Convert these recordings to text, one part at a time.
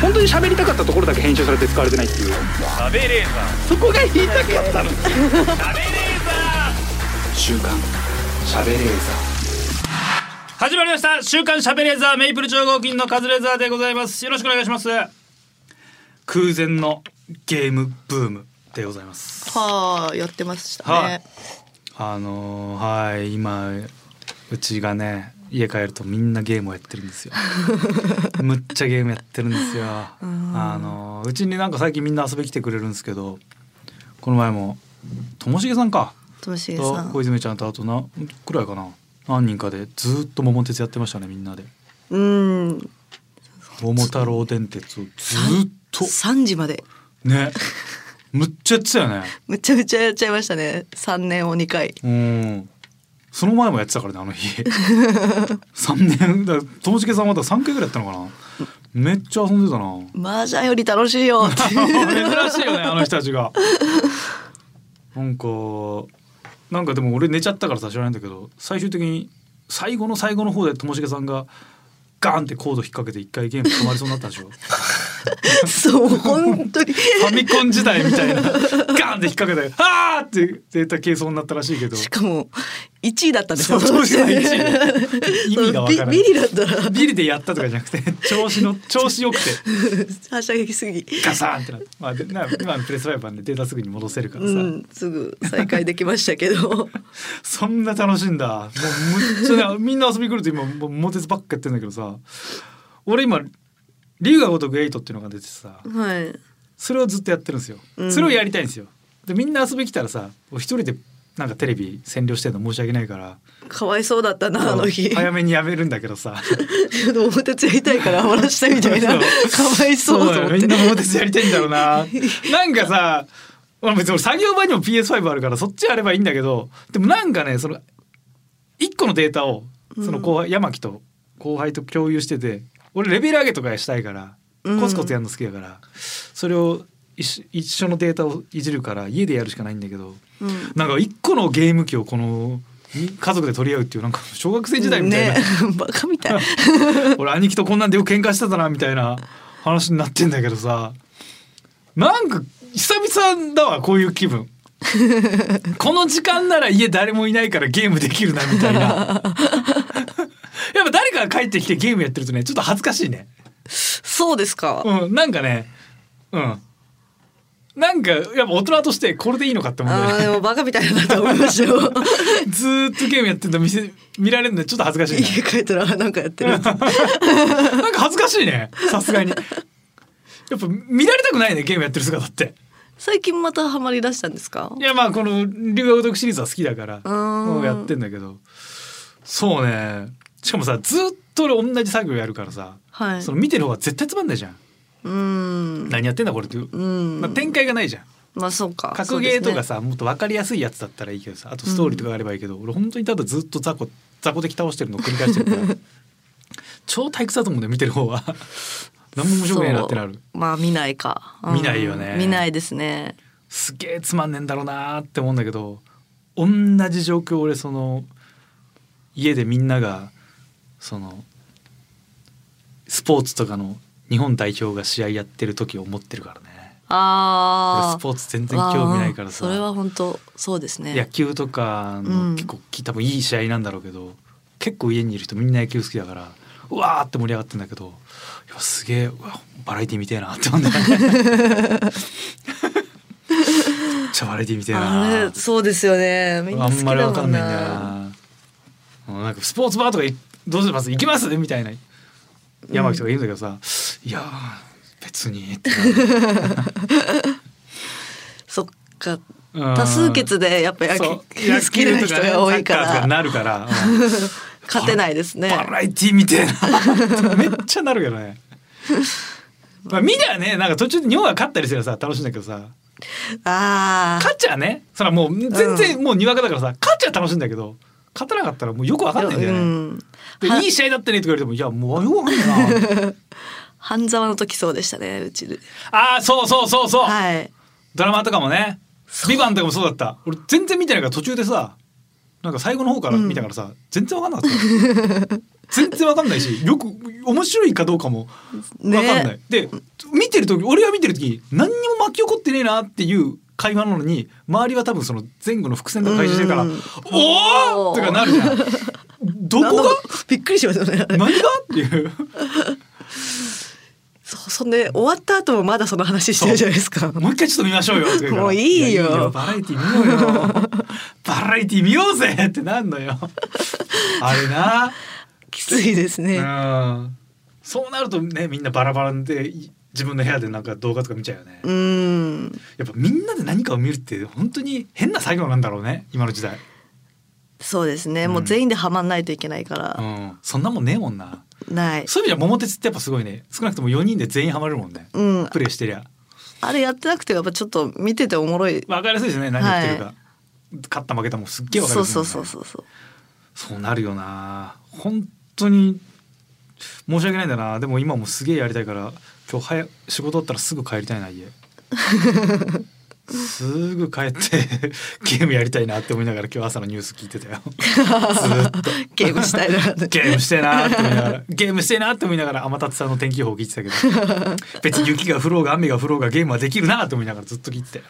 本当に喋りたかったところだけ編集されて使われてないっていう食べれーそこが言いたかったの週刊喋れー始まりました週刊しゃべレーザーメイプル超合金のカズレーザーでございますよろしくお願いします空前のゲームブームでございますはあやってましたはいね。あのーはい今うちがね家帰るとみんなゲームをやってるんです よむっちゃゲームやってるんですよあのーうちになんか最近みんな遊び来てくれるんですけどこの前もともしげさんかともしげとさん。小泉ちゃんとあとなくらいかな何人かでずーっと桃鉄やってましたねみんなでうん。桃太郎電鉄をずーっと三時まで。ねむっちゃやってたよねむちゃむちゃやっちゃいましたね。三年を二回。うんその前もやってたからねあの日3年だからともしげさんまだ3回ぐらいやったのかなめっちゃ遊んでたな麻雀より楽しい よって。珍しいよねあの人たちがなんかなんかでも俺寝ちゃったからさ知らないんだけど最終的に最後の最後の方でともしげさんがガーンってコード引っ掛けて一回ゲーム止まりそうになったでしょフそう本当に。ァミコン時代みたいなガーンって引っ掛けて「あー!」ってデータ係争になったらしいけどしかも一位だったんですよ。そう当時の一 位意味がわからないビビリだったらビリでやったとかじゃなくて調子の調子よくてはしゃぎすぎ。ガサーンってなって、まあ、でな今のプレスファイバーでデータすぐに戻せるからうさ、ん、すぐ再開できましたけどそんな楽しいんだもうむっちゃねみんな遊び来ると今もうモテツばっかやってんだけどさ俺今「龍が如くエイト」っていうのが出てさはいそれをずっとやってるんですよ、うんそれをやりたいんですよでみんな遊び来たらさ俺一人でなんかテレビ占領してんの申し訳ないからかわいそうだった なあの日早めにやめるんだけどさでも表鉄やりたいから終わらしたみたいなかわいそうとだよ思っみてんなモテツやりたいんだろうななんかさ俺別に俺作業場にも PS5 あるからそっちやればいいんだけどでもなんかねその1個のデータをその後輩、山木と後輩と共有してて俺レベル上げとかしたいからうんコツコツやるの好きだから、それを一緒一緒のデータをいじるから家でやるしかないんだけどうんなんか1個のゲーム機をこのに家族で取り合うっていうなんか小学生時代みたいな、ね、バカみたい 俺兄貴とこんなんでよく喧嘩してたなみたいな話になってんだけどさなんか久々だわこういう気 分この時間なら家誰もいないからゲームできるなみたいなやっぱ誰かが帰ってきてゲームやってるとねちょっと恥ずかしいねそうですか、うんなんかねうんなんかやっぱ大人としてこれでいいのかって思うあんだーでよねもバカみたいだなと思いました よずーっとゲームやってるの見せ見られるのちょっと恥ずかしいね家帰ったらなんかやってる なんか恥ずかしいねさすがにやっぱ見られたくないねゲームやってる姿って最近またハマりだしたんですかいやまあこの「留学読」シリーズは好きだからーんもうやってんだけどそうねしかもさずっと俺同じ作業やるからさ、はいその見てる方が絶対つまんないじゃん、うん何やってんだこれって、うんまあ、展開がないじゃんまあそうか格ゲーとかそさ、もっと分かりやすいやつだったらいいけどさあとストーリーとかあればいいけど、俺本当にただずっと雑魚雑魚的倒してるのを繰り返してるから超退屈だと思うんだよ見てる方 は何もう面ですね白くないなってなるそうまあ見ないか、うん見ないよね見ないですねすげえつまんねえんだろうなーって思うんだけど同じ状況俺その家でみんながそのスポーツとかの日本代表が試合やってる時を思ってるからね俺ああスポーツ全然興味ないからさそれは本当そうですね野球とかうのん結構、多分いい試合なんだろうけど結構家にいる人みんな野球好きだからうわーって盛り上がってんだけどいやすげえうわバラエティみてえなって思うんだ よね。めっちゃバラエティみてえなあれそうですよねみんなあ好んきまりだわもかんんないんだよなな。うんなんかスポーツバーとかいどうします行きますみたいな山木とか言うんだけどさ、いやー別にって なるそっかうん多数決でやっぱ野球そう好きな人が多野球とねサッカーいかとからなるから、うん勝てないですねバラエティみたいな めっちゃなるけどね。まあ見りゃねなんか途中で日本が勝ったりすればさ楽しいんだけどさあ勝っちゃねそれはもう全然もうにわかだからさ、勝っちゃ楽しいんだけど勝たなかったらもうよくわあかんないんだよね。うんではいい試合だったねとか言われてもいやもうよくわかんない な。半沢の時そうでしたねうちでああそうそうそうそう、はいドラマとかもね「ビバンとかもそうだった俺全然見てないから途中でさなんか最後の方から見たからさ、全然わかんなかった全然わかんないしよく面白いかどうかも分ねかんない、で見てる時俺が見てる時何にも巻き起こってねえなっていう会話なのに周りは多分その前後の伏線が開始してるから「うおんお!」とか なるじゃん。どなこんだがろうびっくりしましたねあ何れがっていうそうそんで終わった後もまだその話してるじゃないですかもう一回ちょっと見 ましょうよとか言から もういいよやバラエティ見ようよ バラエティ見ようぜってなんの よあれなきついですね、うんそうなるとねみんなバラバラでい自分の部屋でなんか動画とか見ちゃうよね、うーんやっぱみんなで何かを見るって本当に変な作業なんだろうね今の時代、そうですね、うんもう全員でハマんないといけないかうら、ん、そんなもんねえもんなないそういう意味じゃ桃鉄ってやっぱすごいね少なくとも4人で全員ハマれるもんね、うんプレイしてりゃあれやってなくてやっぱちょっと見てておもろい分かりやすいですね何言ってるか、は勝った負けたもすっげえ分かりそやうすいそもんうねそうそうそうそうなるよな本当に申し訳ないんだなでも今もすげえやりたいから今日早く仕事だったらすぐ帰りたいな家すぐ帰ってゲームやりたいなって思いながら今日朝のニュース聞いてたよずっとゲームし たいなってゲームしてえなって思いながらゲームしてえなって思いながら天達さんの天気予報聞いてたけど別に雪が降ろうが雨が降ろうがゲームはできるなって思いながらずっと聞いてたよ、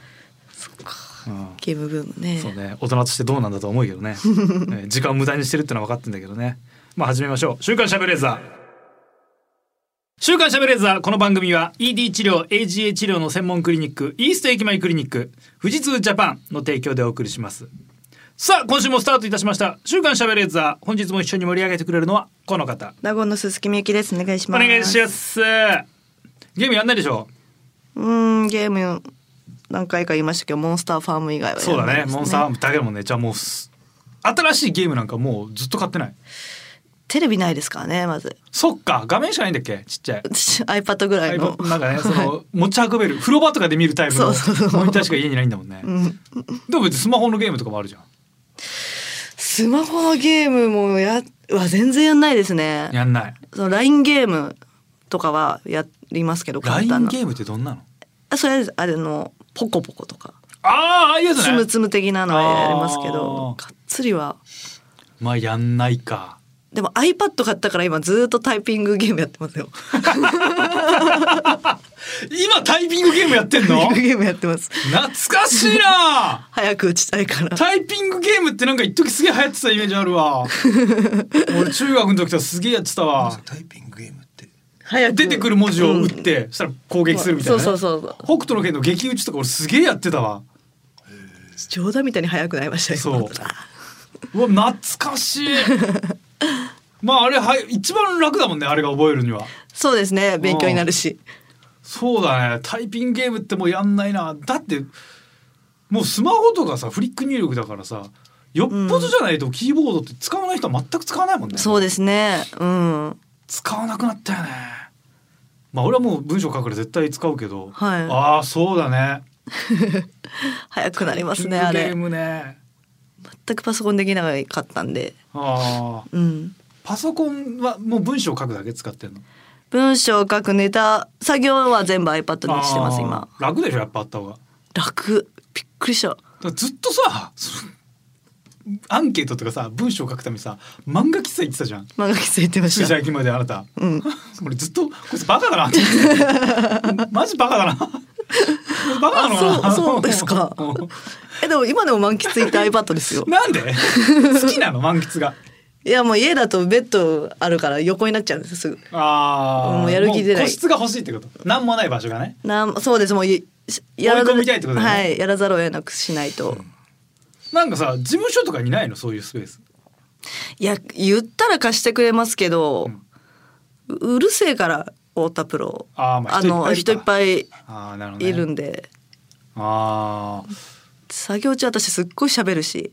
そっかうんゲームブームねそうね大人としてどうなんだとは思うけど ね、えー時間を無駄にしてるってのは分かってんだけどねまあ始めましょう「週刊しゃべれーザー」週刊しゃべれーザーこの番組は ED 治療 AGA 治療の専門クリニックイースト駅前クリニック富士通ジャパンの提供でお送りしますさあ今週もスタートいたしました「週刊しゃべれーザー」本日も一緒に盛り上げてくれるのはこの方名護の鈴木みゆきですお願いしおます願いしますゲームやんないでしょうーんゲーム何回か言いましたけどモンスターファーム以外はそうだねやらないですモンスターアームだけだもんねじゃあもうす新しいゲームなんかもうずっと買ってないテレビないですからねまずそっか画面しかないんだっけちっちゃい。私 iPad ぐらいのなんかねその持ち運べる風呂場とかで見るタイプのモそうそうそうニターしか家にないんだもんね。うんでも別にスマホのゲームとかもあるじゃん。スマホのゲームもやは全然やんないですねやんない。その LINE ゲームとかはやりますけどラ簡イ単ンなゲームってどんなの？あそれあれのポコポコとかああああいうやつつむね。つむ的なのはやりますけどあがっつりはまあやんないか。でも iPad 買ったから今ずーっとタイピングゲームやってますよ今タイピングゲームやってんタイのピン？グゲームやってます懐かしいな。早く打ちたいからタイピングゲームってなんか一時すげえ流行ってたイメージある わ。俺中学の時とかすげえやってたわ。タイピングゲームって早く出てくる文字を打って、そしたら攻撃するみたいな、ね。そうそうそう北斗の拳の激打ちとか俺すげえやってたわ。冗談みたいに早くなりましたよそううわ懐かしい まああれはい一番楽だもんねあれが覚えるにはそうですね勉強になるしそうだねタイピングゲームってもうやんないなだってもうスマホとかさフリック入力だからさよっぽどじゃないとキーボードって使わない人は全く使わないもんね、そうですねうん使わなくなったよねまあ俺はもう文章書くから絶対使うけど、はいああそうだね早くなりますねタあイピンれグゲームね全くパソコンできなかったんでああうんパソコンはもう文章書くだけ使ってんの文章を書くネタ作業は全部 iPad にしてます今あー楽でしょやっぱあった方が楽びっくりしただからずっとさ そのアンケートとかさ文章を書くためにさ漫画喫茶行ってたじゃん漫画喫茶行ってまついした最近まであな たうん俺ずっとこいつバカだなって思ってマジバカ だな バカなのかなあそうそうですかえでも今でも満喫行って iPad ですよ なんで 好きなの満喫がいやもう家だとベッドあるから横になっちゃうんですよすぐあーもうやる気出ないもう個室が欲しいってことなんもない場所がねなんそうですもういや追い込みたいってことだよねはいやらざるを得なくしないと、なんかさ事務所とかにないのそういうスペースいや言ったら貸してくれますけど、ううるせえから太田プロあーまあの人人いいっっぱぱいああなるほど、ね、いるんで、ああ作業中私すっごい喋るし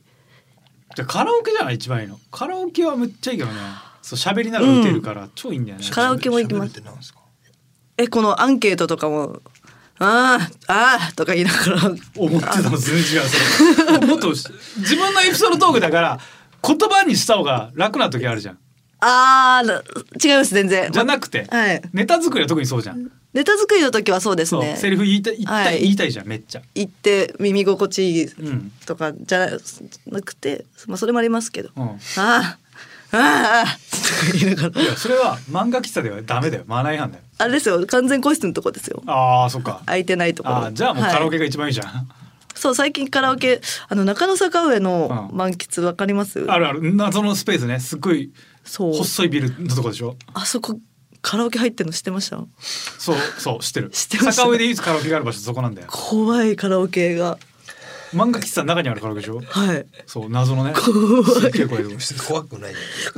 じゃあカラオケじゃない一番いいのカラオケはむっちゃいいけどねそう喋りながら打てるから、超いいんだよねカラオケも行きま喋るすってなんですかえこのアンケートとかも「あーあー」とか言いながら思ってたの全然違うそれもっと自分のエピソードトークだから言葉にした方が楽な時あるじゃんあーな違います全然じゃなくて、はいネタ作りは特にそうじゃん、ネタ作りの時はそうですそうねセリフ言いたい言いたい,、はい言いたいじゃんめっちゃ行って耳心地いいうんとかじゃなくて、まあ、それもありますけど「うんああああとか言いながらいやそれは漫画喫茶ではダメだよマナー違反だよあれですよ完全個室のとこですよああそっか空いてないところあーじゃあもうカラオケはいが一番いいじゃん、そう最近カラオケあの中野坂上のうん満喫わかります、あるある謎のスペースねすっごいそう細いビルのとこでしょあそこカラオケ入ってんの知ってましたそうそう知ってる 知ってます坂上で唯一カラオケがある場所そこなんだよ怖いカラオケが漫画喫茶の中にあるカラオケでしょはいそう謎のね怖いすっげえ怖いとこ別に怖くない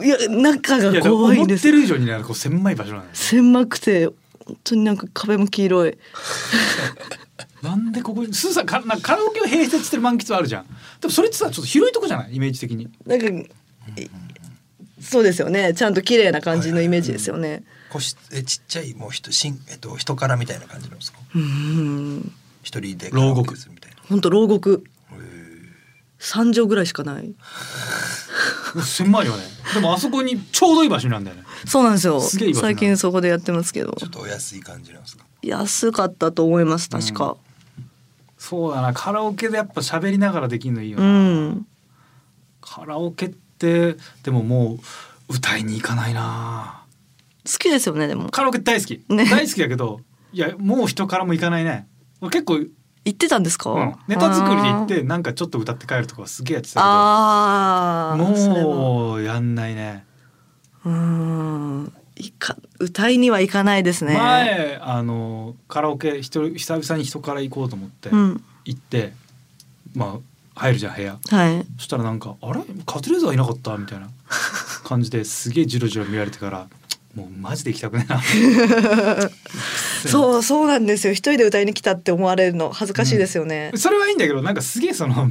よいや中いがやでも怖い思んでっすてる以上にねこう狭い場所なんだよ狭くて本当になんか壁も黄色いなんでここにすずさんかなんかカラオケを併設してる満喫はあるじゃんでもそれってさちょっと広いとこじゃないイメージ的になんかいそうですよねちゃんと綺麗な感じのイメージですよね、個室えちっちゃいもう人しんえっと人からみたいな感じなんですかうん一人で牢カ獄ラオケするみたいな本当牢獄へ三畳ぐらいしかない狭いよねでもあそこにちょうどいい場所なんだよねそうなんですよすげえいい場所だ最近そこでやってますけどちょっとお安い感じなんですか安かったと思います確かそうだなカラオケでやっぱ喋りながらできるのいいような、んカラオケってでももう歌いに行かないな好きですよねでもカラオケ大好き、ね大好きだけどいやもう人からも行かないね俺結構、行ってたんですか、うんネタ作りで行っあーてなんかちょっと歌って帰るとかはすげえやってたあけーそれどはもうやんないねうんいか歌いには行かないですね前あのカラオケ一人久々に人から行こうと思って、うん行ってまあ入るじゃん部屋はいそしたらなんか「あれカズレーザーいなかった?」みたいな感じですげえジロジロ見られてからもうマジで行きたくねえなそうそうなんですよ一人で歌いに来たって思われるの恥ずかしいですよね、 それはいいんだけどなんかすげえその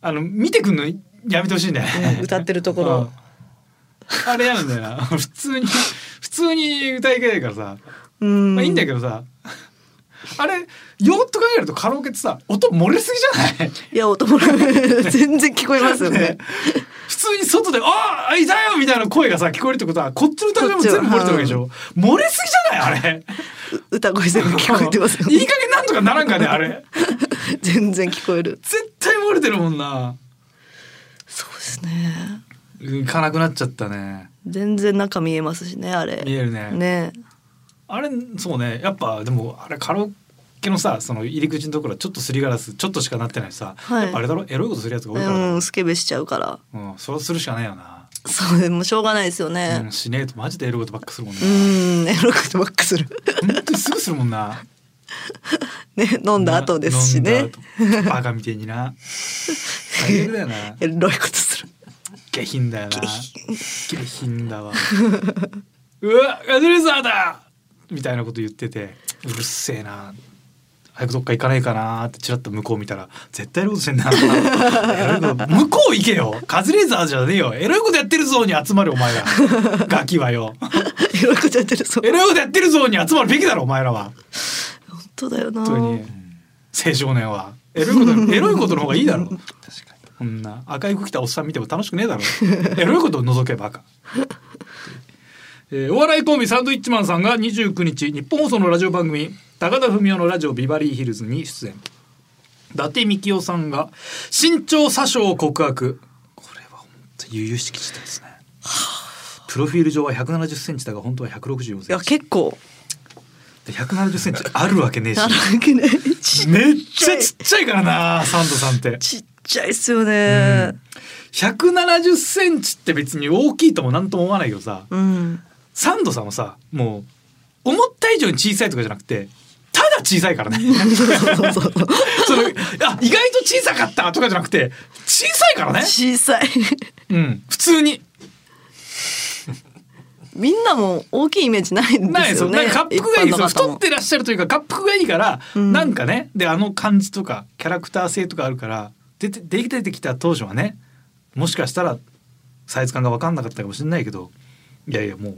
あの見てくんのやめてほしいんだよね、うん歌ってるところうんあれやるんだよな普通に普通に歌いけないからさ、うんまあ、いいんだけどさあれよっと考えるとカラオケってさ音漏れすぎじゃないいや男の 全然聞こえますよね普通に外で「ああいたよ!」みたいな声がさ聞こえるってことはこっちの歌声も全部漏れてるわけでしょ漏れすぎじゃないあれう歌声全部聞こえてますよいいね加減なんとかならんかねあれ全然聞こえる絶対漏れてるもんなそうですね行かなくなっちゃったね全然中見えますしねあれ見えるねねあれそうねやっぱでもあれカラオケのさその入り口のところはちょっとすりガラスちょっとしかなってないしさ、はいやっぱあれだろエロいことするやつが多いからだろうんスケベしちゃうからうん、そうするしかないよな、そうでもしょうがないですようねん、しねえとマジでエロいことばっかするもんねうんエロくてばっかする本当にすぐするもんなね飲んだ後ですしな飲ねんだ後バカみてえにな最悪だよなエロいことする下品だよな下品だわ うわガズレーザーだみたいなこと言っててうるせえな早くどっか行かないかなってチラッと向こう見たら絶対エロいことしてんだな エロいこと向こう行けよカズレーザーじゃねえよエロいことやってるぞに集まるお前らガキはよエロいことやってるそうエロいことやってるぞに集まるべきだろお前らは本当だよな本当に青少年はエロいことエロいことの方がいいだろ確かにこんな赤い服着たおっさん見ても楽しくねえだろ エロいことを除けばか、えーお笑いコンビサンドイッチマンさんが29日日本放送のラジオ番組「高田文夫のラジオビバリーヒルズ」に出演伊達みきおさんが身長詐称を告白これは本当に悠々しき事態ですねプロフィール上は1 7 0ンチだが本当は1 6 4いやンチ結構1 7 0ンチあるわけねえしなるわけないちめっちゃちっちゃいからなサンドさんってちっちゃいっすよね170センチって別に大きいとも何とも思わないけどさ、うんサンドさんはさもう思った以上に小さいとかじゃなくてただ小さいからね そうそうそうそのあ意外と小さかったとかじゃなくて小さいからね、小さいうん、普通にみんなも大きいイメージないんでないですすよよなんねか恰幅がいいですよ一般の方太もってらっしゃるというか恰幅がいいから、うんなんかねであの感じとかキャラクター性とかあるから出て出てきた当初はねもしかしたらサイズ感が分かんなかったかもしれないけどいやいやもう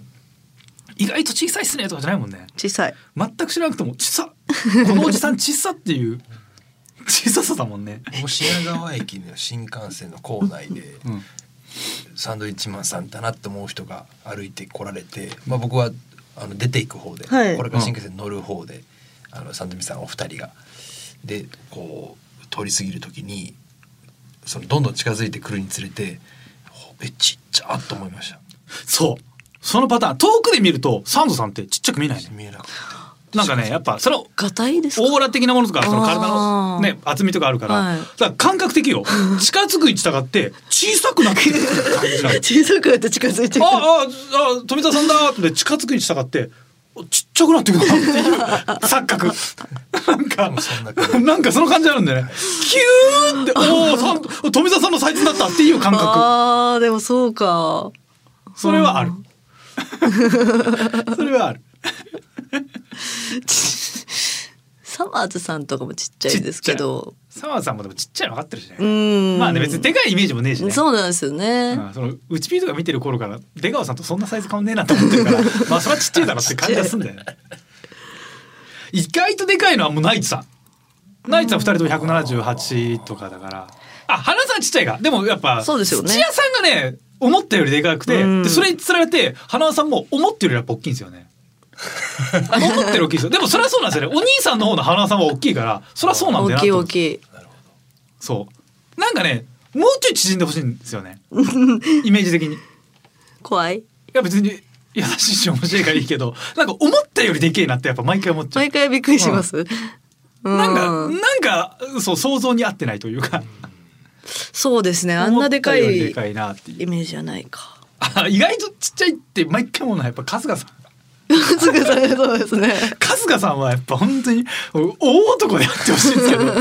意外と小さいっすねとかじゃないもんね小さい全く知らなくても小さこのおじさん小さっていう 小ささだもんね。もう品川駅の新幹線の構内でうんサンドイッチマンさんだなって思う人が歩いて来られて、まあ、僕はあの出ていく方で、はいこれから新幹線に乗る方で、あのサンドイッチさんお二人がでこう通り過ぎる時にそのどんどん近づいてくるにつれてほえちっちゃーと思いましたそうそのパターン遠くで見るとサンドさんってちっちゃく見えないね見えなかっなんかねやっぱそのガタイですかオーラ的なものとかその体あの、ーね、厚みとかあるから,、はいだから感覚的 よ近づくに従って小さくなってくる感じ なの小さくなって近づいてくるあああ富田さんだって近づくに従っておちっちゃくなってくるなっていう錯覚なんかそんな感なんかその感じあるんだよねキューっておおさん富田さんのサイズだったっていう感覚あーでもそうかそれは あるそれはあるサマーズさんとかもちっちゃいですけど澤田さんもでもちっちゃいの分かってるしね、うーんまあね別にでかいイメージもねえしねそうなんですよね、うんそのうちピーとか見てる頃から出川さんとそんなサイズ変わんねえなと思ってるから まあそれはちっちゃいだろって感じがすんだよね意外とでかいのはもうナイツさんナイツさん2人とも178とかだからあ花さんちっちゃいかでもやっぱそうですよね土屋さんがね思ったよりでかくて、うんでそれにつられて花輪さんも思ってるよりやっぱ大きいんですよ ね思ってる大きいですよでもそれはそうなんですよねお兄さんの方の花輪さんは大きいからそれはそうなんだよ大なきいと思大ってきいそうなんかねもうちょい縮んでほしいんですよ ねイメージ的に怖いいや別に優しいし面白いからいいけどなんか思ったよりでけえなってやっぱ毎回思っちゃう毎回びっくりします、うんなんかなんかそう想像に合ってないというかそうですねあんなでか思ったよりいでかいなっていイうメージじゃないかあ意外とちっちゃいって毎回思うのはやっぱ春日さんすぐされそうですね春日さんはやっぱ本当に大男であってほしいんですけどちっ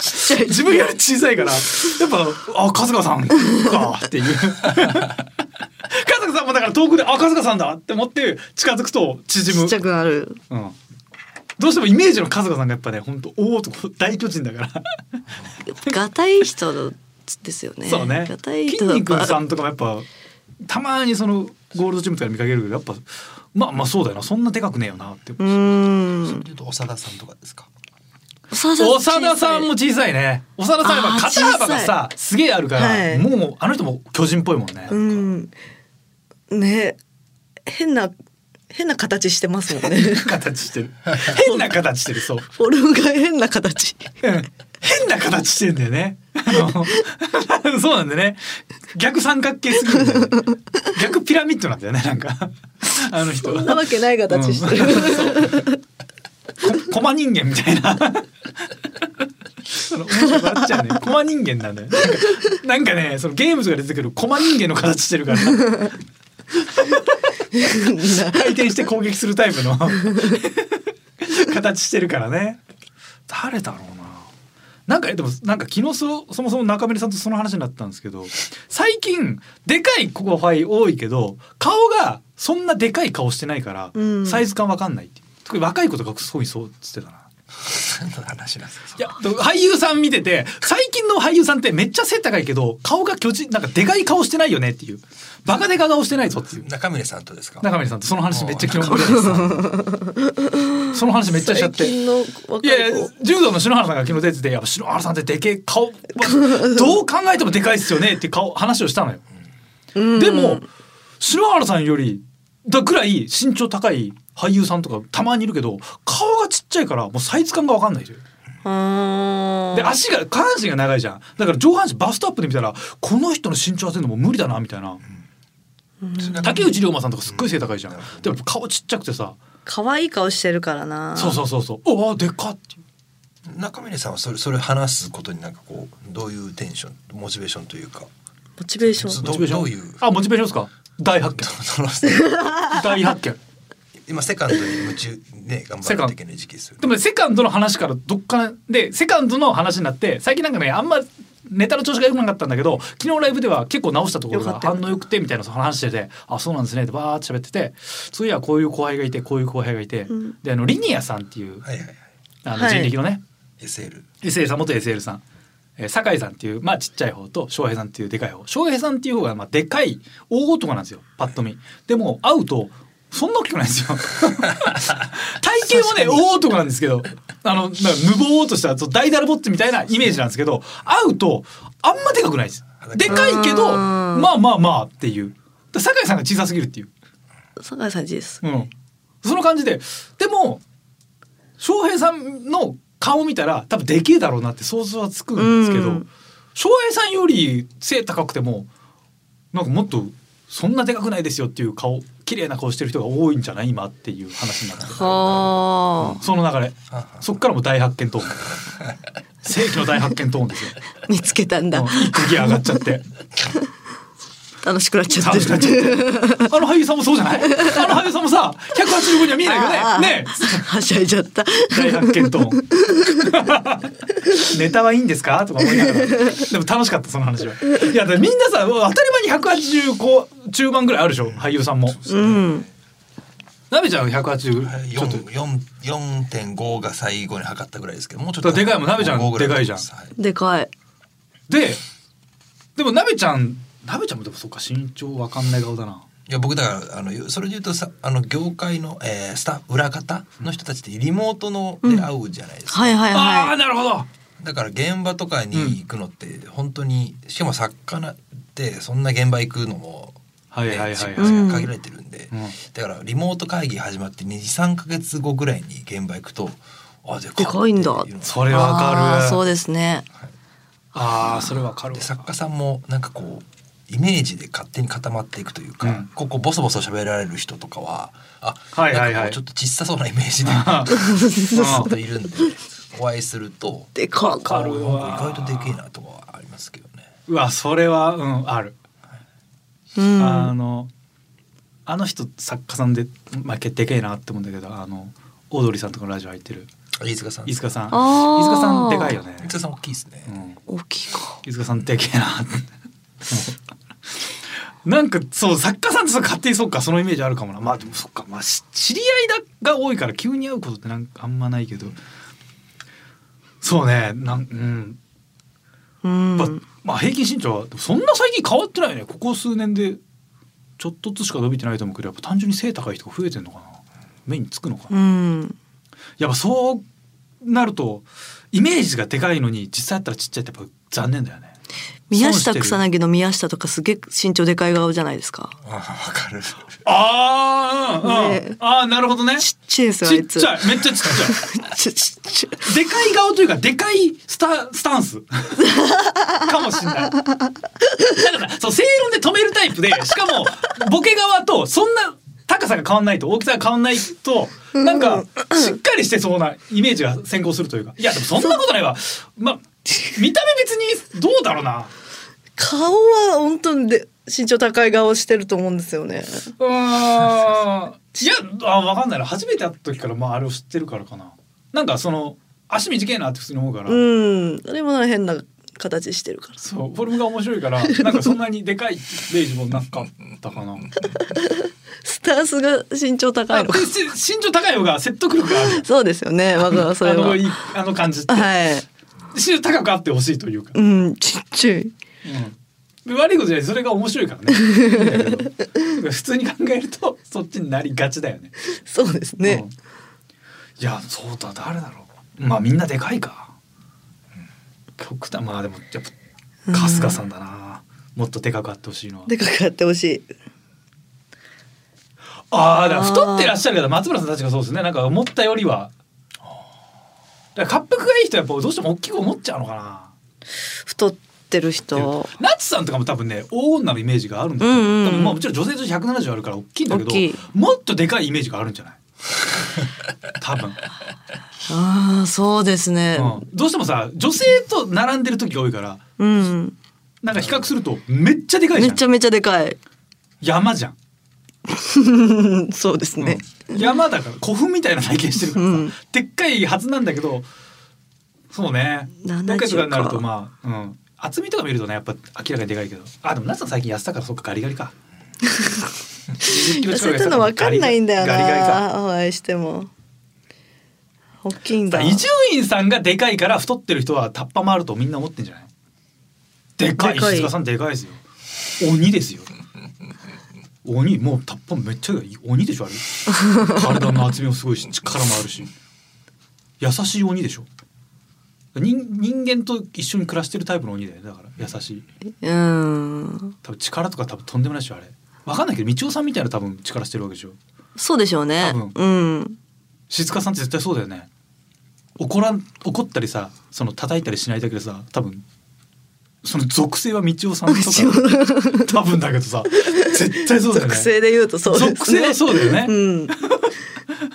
ちゃい自分より小さいからやっぱあ春日さんかっていう 春日さんもだから遠くであ春日さんだって思って近づくと縮ちむっちゃくなるうんどうしてもイメージの春日さんがやっぱね本当大男大巨人だから、ガタイ人のですよねそうねガタイ筋人だ肉さとんとかもやっぱたまにそのゴールドジムとかで見かけるけどやっぱまあまあそうだよなそんなでかくねえよなってうーんたと長田さんとかですか 長長田さんも小さいね長田さんやっぱ肩幅があー小さすげえあるから、はいもうあの人も巨人っぽいもんね、うんね変な変な形してますもんね 形してる変な形してるそうフォルムが変な形うん変な形してるんだよね。あの そうなんだよね。逆三角形すぎるんだよね。逆ピラミッドなんだよね、なんか。あの人そんなは。わけない形してる、こコマ人間みたいな。その面白くなっちゃうね。コマ人間なんだよ、ね。なんかなんかね、そのゲームとかで出てくるコマ人間の形してるから。回転して攻撃するタイプの形してるからね誰だろうななんかでもなんか昨日そそもそも中村さんとその話になったんですけど最近でかいココファイ多いけど顔がそんなでかい顔してないから、うんサイズ感わかんないっていう特に若い子とかそうにそうっつってたな。何の話なんですかいや俳優さん見てて最近の俳優さんってめっちゃ背高いけど顔が巨人なんかでかい顔してないよねっていうバカでか顔してないぞっていう中峰さんとですか中森さんとその話めっちゃ昨日盛り です。その話めっちゃしちゃっ最て。近のい若やいいや子柔道の篠原さんが昨日出ててやっぱ篠原さんってでけえ顔 どう考えてもでかいっすよねって顔話をしたのよ、うんでも篠原さんよりだくらい身長高い俳優さんとかたまにいるけど顔がちっちゃいからもうサイズ感が分かんないであーで足が下半身が長いじゃんだから上半身バストアップで見たらこの人の身長当てるのも無理だなみたいな竹内涼真さんとかすっごい背高いじゃん、でも顔ちっちゃくてさ可愛い顔してるからなそうそうそうそう。おおでかっていう。中峰さんはそれそれ話すことになんかこうどういうテンションモチベーションというかモチベーシずっョンとどうどういうあモチベーションですか。大発見。その大発見。今セカンドに夢中ね頑張らなきゃいけない時期ですよねでもねセカンドの話からどっからでセカンドの話になって最近なんかねあんまネタの調子が良くなかったんだけど昨日ライブでは結構直したところよかがったよか反った応良くてみたいな話してて「あそうなんですね」ってバーって喋ってて次はこういう後輩がいてこういう後輩がいて、んであのリニアさんっていうはいはいはいあのはい人力のね、 SL SL さん元 SL さん、えー、酒井さんっていうまあちっちゃい方と翔平さんっていうでかい方翔平さんっていう方がまあでかい大男なんですよパッと見でも会うとそんな大きくないんですよ 体型もね大男なんですけどあのなんか無謀としたそう大だらぼっちみたいなイメージなんですけど会うとあんまでかくないですでかいけどうんまあまあまあっていうだ酒井さんが小さすぎるっていう酒井さんちですうん、その感じででも翔平さんの顔見たら多分でけえだろうなって想像はつくんですけど、うん翔平さんより背高くてもなんかもっとそんなでかくないですよっていう顔綺麗な顔してる人が多いんじゃない今っていう話になってはあ、その流れあそっからもう大発見トーン世紀の大発見トーンですよ見つけたんだもう。一個ギア上がっちゃって楽しくなっちゃっ楽てしくなっる。ちゃってあの俳優さんもそうじゃないあの俳優さんもさ185には見えないあよあねねえはしゃいじゃった。大発見トーン ネタはいいんですかとか思いながらでも楽しかったその話はいやだからみんなさ当たり前に180こう中盤ぐらいあるでしょ俳優さんもうん。なべちゃんは180ちょっと4 4 4.5が最後に測ったぐらいですけどもうちょっだとからでかいもん鍋ちゃん5ぐらでかいじゃんはでかい。ででもなべちゃんなべちゃんもでもそっか身長わかんない顔だないや僕だからあのそれで言うとさあの業界の、えースタッフ裏方の人たちってリモートので会うじゃないですか、はいはいああはーなるほどだから現場とかに行くのって本当に、しかも作家なってそんな現場行くのも、はいはいはいはい時間が限られてるんで、うんだからリモート会議始まって23か月後ぐらいに現場行くとあでかでかいんだっていうのがそい。れわかあーるそうですね。ああそれわかる で作家さんもなんかこうイメージで勝手に固まっていくというか、うんここボソボソ喋られる人とかはあ、はいはいはないんかこうちょっと小さそうなイメー ジでずっといるんでお会いするとでかわかかる意わ外とでけえなとかはありますけどね。うわそれはうんある、うん。ああのあの人作家さんでまあでけえなって思うんだけどあのオードリーさんとかのラジオ入ってる飯塚さん飯塚さんあー飯塚さんでかいよね飯塚さん大きいですね。うん大きいか。飯塚さんでけえな ってなんかそう作家さんってそう勝手にそっかそのイメージあるかもなまあでもそっか、まあ、し知り合いだが多いから急に会うことってなんかあんまないけどそうねなんうんうん。やっぱまあ平均身長はでもそんな最近変わってないよねここ数年でちょっとずつしか伸びてないと思うけどやっぱ単純に背高い人が増えてんのかな目につくのかな、うん。やっぱそうなるとイメージがでかいのに実際やったらちっちゃいってやっぱ残念だよね宮下草い薙の宮下とかすげえ身長でかい顔じゃないですか。あわかる。ああ、うんうんねあーなるほどねちちっちゃいですよあっいつ。ちゃいめっちゃちっちゃ ちちっちゃい。いでかい顔というかでかいスタスタン スかもしんないだからそう正論で止めるタイプでしかもボケ側とそんな高さが変わんないと大きさが変わんないとなんかしっかりしてそうなイメージが先行するというかいやでもそんなことないわまあ見た目別にどうだろうな顔は本当にで身長高い顔してると思うんですよね。うーんいやあ分かんないな初めて会った時から、まあ、あれを知ってるからかななんかその足短いなって普通に思うから、うん。あれもなんか変な形してるから。そうフォルムが面白い からなんかそんなにでかいイメージもなかったかなスタンスが身長高あいのでか。し身長高い方が説得力がある そうですよね。わがそれあのは。いいあの感じって、はい。身長高くあってほしいというか、うん。ちっちゃい。うん、悪いことじゃないそれが面白いからねい いんだけど普通に考えるとそっちになりがちだよねそうですねうん。いやそうだ誰だろうまあみんなでかいか、極端まあでもやっぱ春日さんだな、もっとでかくあってほしいのはでかくやってほしい。ああだから太ってらっしゃる方松村さんたちがそうですねなんか思ったよりはだから滑腹がいい人はやっぱどうしても大きく思っちゃうのかな太ってる人。ナツさんとかも多分ね大女のイメージがあるんだけど、うんうんうん多分まあもちろん女性として170あるから大きいんだけど大きいもっとでかいイメージがあるん じゃない多分ああ、そうですね。うんどうしてもさ女性と並んでる時が多いからうん。なんか比較するとめっちゃでかいじめゃんちゃめちゃでかい。山じゃん、うん、そうですうんね。山だから古墳みたいな体験してるからさ、うんでっかいはずなんだけどそうね70ロケとかになるとまあ、うん、厚みとか見るとねやっぱ明らかにでかいけどあでも夏さん最近痩せたからそっかガリガリ か 20キロ痩近くせたのわかんないんだよガリガリかな。お会いしても。大きいんだ。伊集院さんがでかいから太ってる人はタッパ回るとみんな思ってんじゃないでかいでかい石塚さんでかいですよ鬼ですよ鬼もうタッパめっちゃでかい鬼でしょあれ 体の厚みもすごいし力もあるし優しい鬼でしょ人人間と一緒に暮らしてるタイプの鬼だよねだから優しいうん。多分力とか多分とんでもないでしょあれわかんないけど道夫さんみたいな多分力してるわけでしょそうでしょうね。多うん。静香さんって絶対そうだよね怒らん怒ったりさその叩いたりしないだけでさ多分その属性は道夫さんとか多分だけどさ絶対そうだよね属性で言うとそうですね。属性はそうだよねうん。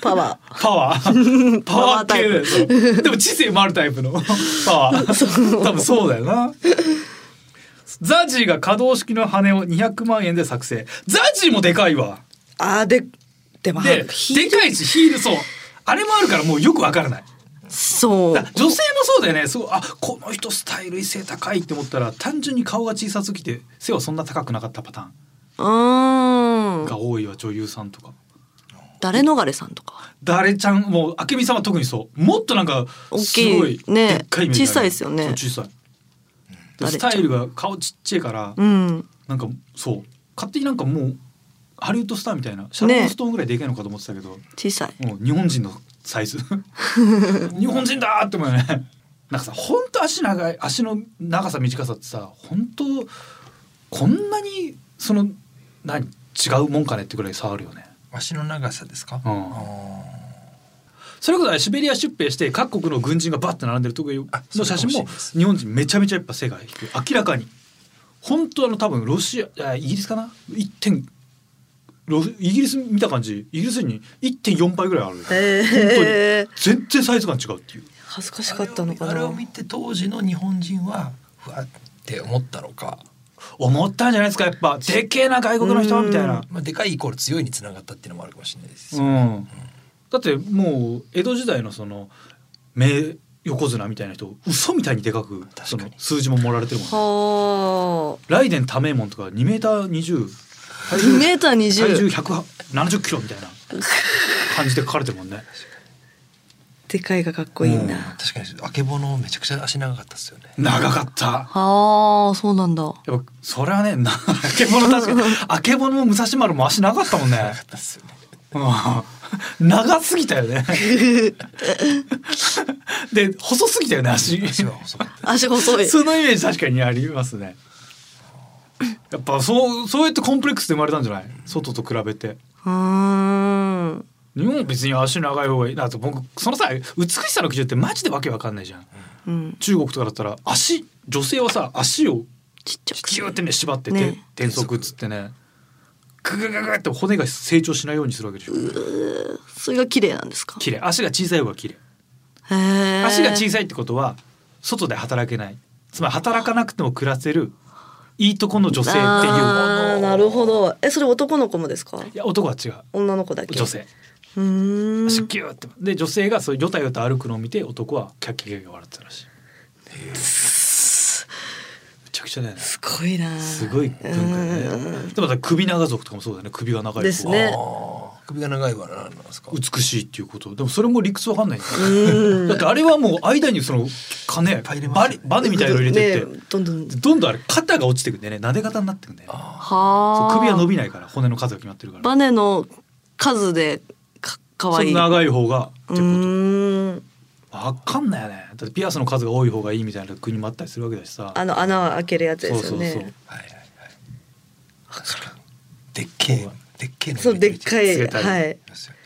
パワパワーパワー パワータイプ系だよでも知性もあるタイプのパワ ー多分そうだよなザジーが可動式の羽を200万円で作成ザジーもでかいわー。ああででもででヒールかいしヒールそうあれもあるからもうよくわからないそうだから女性もそうだよねそうあこの人スタイル異性高いって思ったら単純に顔が小さすぎて背はそんな高くなかったパタうーンーんが多いわ女優さんとか誰逃れさんとか誰ちゃんもう明美さんは特にそうもっとなんか大すきいごいねでっかいイメージある小さいですよねそう小さいで誰ちスゃんタイルが顔ちっちゃいから、うんなんかそう勝手になんかもうハリウッドスターみたいなシャロン・ストーンぐらいでけえのかと思ってたけど、小さいもう日本人のサ イズ日本人だーって思うよねなんかさほんと足長い足の長さ短さってさほんとこんなにその何違うもんかねってぐらい差あるよね足の長さですか。うんそれこそシベリア出兵して各国の軍人がバッて並んでる時あの写真それかもしれなもいです日本人めちゃめちゃやっぱ背が低い明らかに本当あの多分ロシアあイギリスかな1点ロイギリス見た感じイギリスに1.4倍ぐらいある、えー、全然サイズ感違うっていう恥ずかしかったのかあれをな見て当時の日本人はふわって思ったのか、思ったんじゃないですかやっぱでけえな外国の人はみたいなまあ、でかいイコール強いにつながったっていうのもあるかもしれないですうよ。んだってもう江戸時代のその名横綱みたいな人嘘みたいにでかくかにその数字も盛られてるもんねはあライデン・タメイモンとか2メーター20体重2メーター体重20 170キロみたいな感じで書かれてるもんね。でかいがかっこいいな、は確かにあけぼのめちゃくちゃ足長かったですよね。長かった。あーそうなんだやっぱそれはね、なあけぼの確かに、あけぼのも武蔵丸も足長かったもんね。ですよね。うん、長すぎたよね。で、細すぎたよね、足。足は細かった。足細いそのイメージ確かにありますね。やっぱそう、そうやってコンプレックスで生まれたんじゃない外と比べて。うーん日本は別に足長い方がいいなと僕そのさ美しさの基準ってマジでわけわかんないじゃんうん中国とかだったら足女性はさ足をちっちゃくギューってね縛ってて、ね転足っつってねググググって骨が成長しないようにするわけでしょそれが綺麗なんですか綺麗足が小さい方が綺麗へー足が小さいってことは外で働けないつまり働かなくても暮らせるいいとこの女性っていうあーなるほどえそれ男の子もですかいや男は違う女の子だけ女性うーん足ギューってで女性がそういうヨタヨタ歩くのを見て男はキャッキャキャッキャ笑ってたらしいすめちゃくちゃだよねすごいなすごい文化だうね。でもさ首長族とかもそうだよね。首が長い。ですねあー首が長いは何なんですか。美しいっていうこと。でもそれも理屈わかんないんだよね。うんだってあれはもう間にその金ぱい入れまバすネよねバ ネみたいなの入れてって、ねどんどんどんどんあれ肩が落ちてくんだよね。撫で方になってくんだよね。あそはうあ首は伸びないから骨の数が決まってるから。バネの数でかかわいそいう長い方がってういうこーんと。わかんないよね。だってピアスの数が多い方がいいみたいな国もあったりするわけだしさ。あの穴を開けるやつですよねそうそうあ。はいはいはい。確かに。でっけえ。でっけえの。そうでっかいつけたりはいですよね。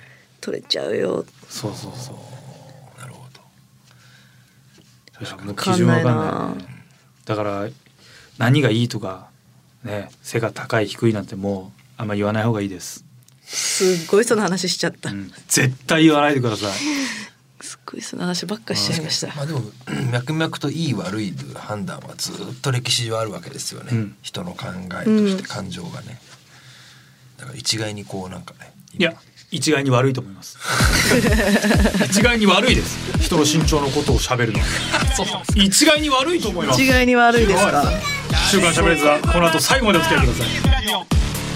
取れちゃうよそうそうそう。なるほど。いやもう基準わかんないね、だから何がいいとかね背が高い低いなんてもうあんま言わない方がいいです、すっごいその話しちゃった、うん絶対言わないでくださいすっごいその話ばっかしちゃいましたまあでも脈々といい悪いという判断はずっと歴史上あるわけですよね、うん人の考えとうしんて感情がね、だから一概にこうなんかねいや一概に悪いと思い ます一概に悪いです人の身長のことを喋 るのは一概に悪いと思います違いに悪いですかはい週刊しゃべれずはこの後最後までお付き合いください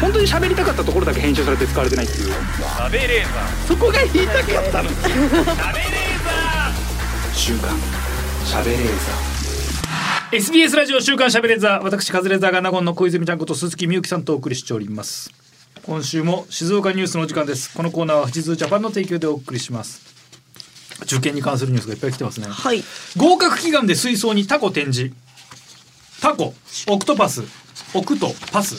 本当に喋りたかったところだけ編集されて使われてないっていう喋れーさそこが言いたかったの喋れーさ週刊喋れーさ SBS ラジオ週刊しゃべれザー私カズレーザーが名古屋の小泉ちゃんこと鈴木みゆきさんとお送りしております今週も静岡ニュースのお時間ですこのコーナーは富士通ジャパンの提供でお送りします受験に関するニュースがいっぱい来てますねはい合格祈願で水槽にタコ展示タコオクトパスオクトパス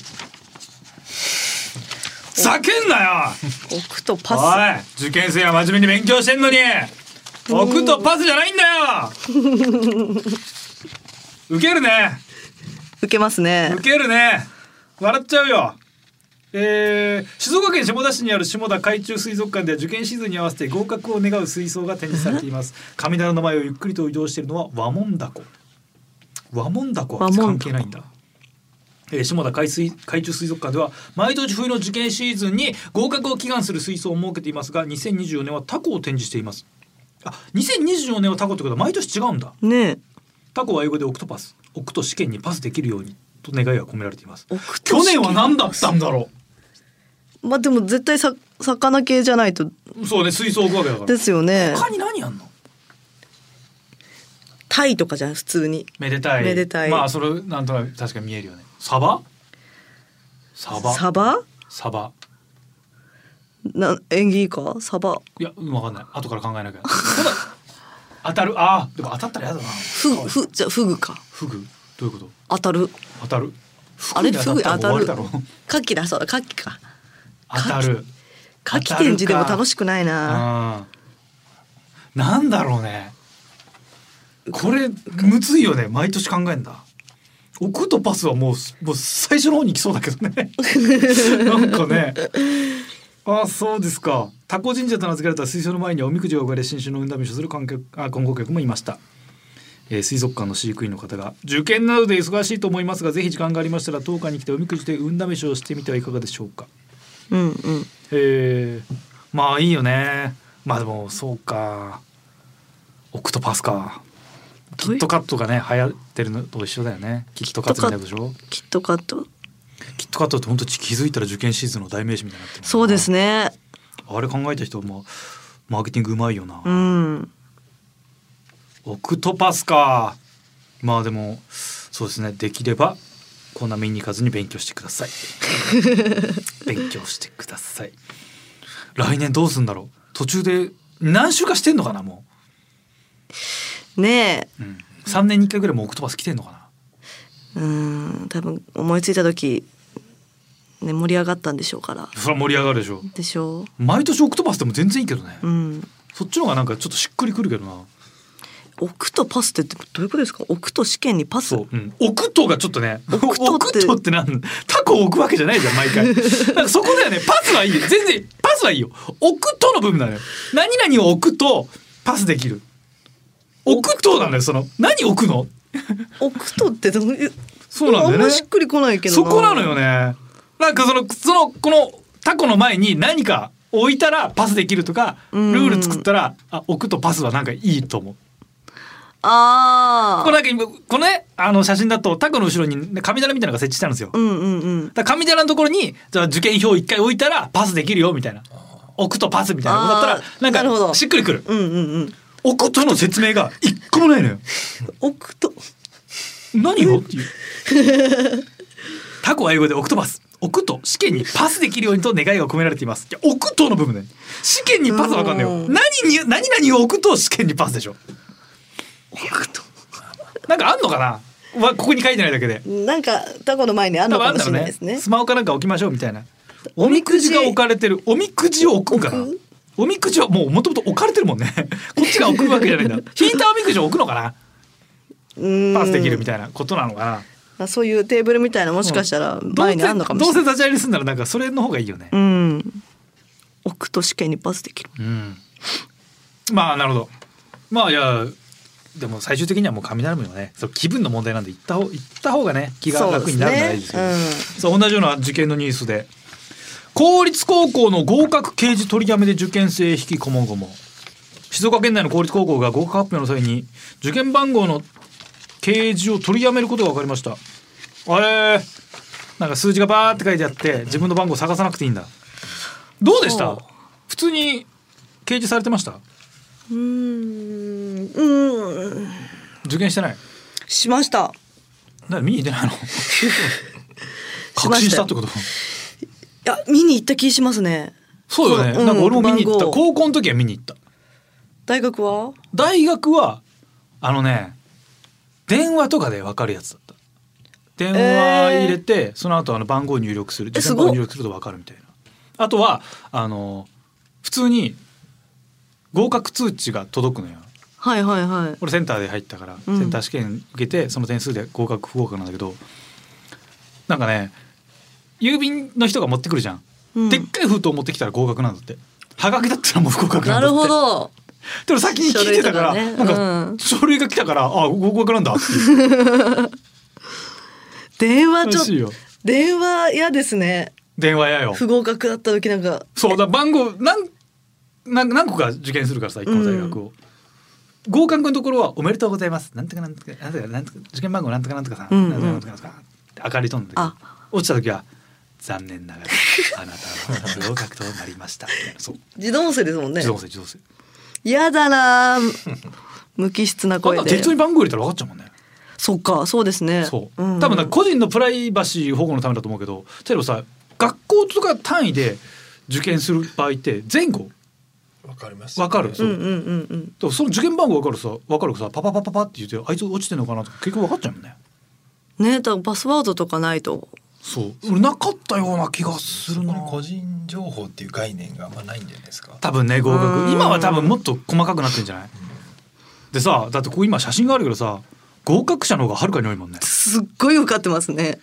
叫んなよ置くとパおい受験生は真面目に勉強してんのに置くとパスじゃないんだよ受けるねス受けますね受けるね笑っちゃうよえー、静岡県下田市にある下田海中水族館では受験シーズンに合わせて合格を願う水槽が展示されています神棚の前をゆっくりと移動しているのは和門凧和門凧は和門凧関係ないんだえー下田海水海中水族館では毎年冬の受験シーズンに合格を祈願する水槽を設けていますが2024年はタコを展示していますあ2024年はタコってことは毎年違うんだねタコは英語でオクトパスオクト試験にパスできるようにと願いが込められていますえ置くと去年は何だったんだろまあでも絶対さ魚系じゃないとうそうね水槽置くわけだからですよね他に何やんのタイとかじゃん普通にめでたいめでたいまあそれなんとなく確かに見えるよねサバサバサバサバな縁起いいかサバいやうんわかんない後から考えなきゃただ当たるあーでも当たったらやだなフグフじゃあフグかフグどういうこと当たる当たるあれフグ当たる当たらもう終わりカキだそうだカキかだろ当たるカキ展示でも楽しくないなうんなんだろうねこれむずいよね毎年考えんだオクトパスはもうもう最初の方に来そうだけどねなんかねあそうですかタコ神社と名付けられた水槽の前にはおみくじが置かれ新種の運試しをする観客あ観光客もいましたえー水族館の飼育員の方が受験などで忙しいと思いますがぜひ時間がありましたら当館に来ておみくじで運試しをしてみてはいかがでしょうかうんうんへえまあいいよねまあでもそうかオクトパスかキットカットがね流行ってるのと一緒だよねキットカットみたいなことでしょキットカットキットカットって本当気づいたら受験シーズンの代名詞みたいになってるもんなそうですねあれ考えた人もマーケティングうまいよな、うんオクトパスかまあでもそうですねできればこんな見に行かずに勉強してください 勉強してください来年どうすんだろう途中で何週かしてんのかなもねう、うん、3年に1回ぐらいもうオクトパス来てんのかなえうん多分思いついた時ね盛り上がったんでしょうからそれは盛り上がるでしょでしょ毎年オクトパスでも全然いいけどね、ううんそっちの方がなんかちょっとしっくりくるけどな置くとパスってどういうことですか置くと試験にパスそう、うん、オクトがちょっとね、オクトってクトってなん、タコを置くわけじゃないじゃん、毎 回。なんかそこだよね、パスはいいよ、全然、パスはいいよ。オクトの部分なのよ。何々を置くと、パスできる。オクトなのよ、その、何置くの。置くとってどういうそうなんだよねあんましっくりこないけどそこなのよね。なんかその、その、このタコの前に何か置いたら、パスできるとか、ルんール作ったら、あ、置くとパスはなんかいいと思う。あこあれなんか今、このね、あの写真だと、タコの後ろに、ね、神棚みたいなのが設置してあるんですよ。うんうんうんだから神棚のところにじゃあ受験票一回置いたらパスできるよみたいな置くとパスみたいなことだあっーたらなるほなんどかしっくりくるうんうんうん置くとの説明が一個もないのよ置くと何をっていうタコは英語で置くとパス置くと試験にパスできるようにと願いが込められていますいや置くとの部分ね試験にパスはわかんないようん何に何々を置くと試験にパスでしょ置くとなんかあんのかなわここに書いてないだけでなんかタコの前にある多の分あかんもだしろれうないねですねスマホかなんか置きましょうみたいなおおみみくくじじが置かれてるおみくじを置くんかな置くおみくじはもうもともと置かれてるもんねこっちが置くわけじゃないん だ引いたおみくじを置くのかなパパスできるみたいたいなことなのかななそういうテーブルみたいなもしかしたらどう前せにあるのかもしどれうなせい立ち入りすんならなんかそれの方がいいよねうん置くと試験にパスできるうんまあなるほどまあいやでも最終的にはもう神頼むよねそう気分の問題なんで行った方行った方がね気が楽になるんじゃないですけどそうですねそう同じような受験のニュースで公立高校の合格掲示取りやめで受験生引きこもごも静岡県内の公立高校が合格発表の際に受験番号の掲示を取りやめることが分かりましたあれなんか数字がバーって書いてあって自分の番号探さなくていいんだどうでしたそう普通に掲示されてましたうんうんうん受験してないしました何見に行ってない のましたよ確信したってこといや見に行った気しますねそうよね、そううんなんか俺も見に行った番号高校の時は見に行った大学は大学はあのね電話とかで分かるやつだった電話入れて、その後あの番号入力するえ受す験ご番っ号入力すると分かるみたいなあとはあの普通に合格通知が届くのよはいはいはい俺センターで入ったから、うんセンター試験受けてその点数で合格不合格なんだけどなんかね郵便の人が持ってくるじゃん、うんでっかい封筒持ってきたら合格なんだってはがきだったらもう不合格ななんだってるほどでも先に聞いてたから、書類となんかかねうん書類が来たからあ合格なんだっていう電話らしいちょっよと電話嫌ですね電話やよ不合格だった時なんかそうだ番号何何何個か受験するからさ一個の大学を、合格のところは「おめでとうございます」なんとかなんとかなんとかなんとか受験番号なんとかなんとかさ、うんうんなんとかなんとかなんとかって明かり飛んであ落ちた時は「残念ながらあなたは不合格となりました」みたいなそう自動音声ですもんね自動音声自動音声嫌だなあ 無機質なあと声は適当にで番号入れたら分かっちゃうもんねそっかそうですねそう、ん多分なんか個人のプライバシー保護のためだと思うけど例えばさ学校とか単位で受験する場合って前後わかります。わかる、うそんううんうんうんでもその受験番号分かるさ分かるさパパパパパって言ってあいつ落ちてんのかなとか結局分かっちゃうもんねね多分パスワードとかないとそう俺なかったような気がすそるこなに個人情報っていう概念があんまないんじゃないですか。多分ね合う格ん今は多分もっと細かくなってんじゃないでさだってここ今写真があるけどさ合格者の方がはるかに多いもんねすっごい受かってますね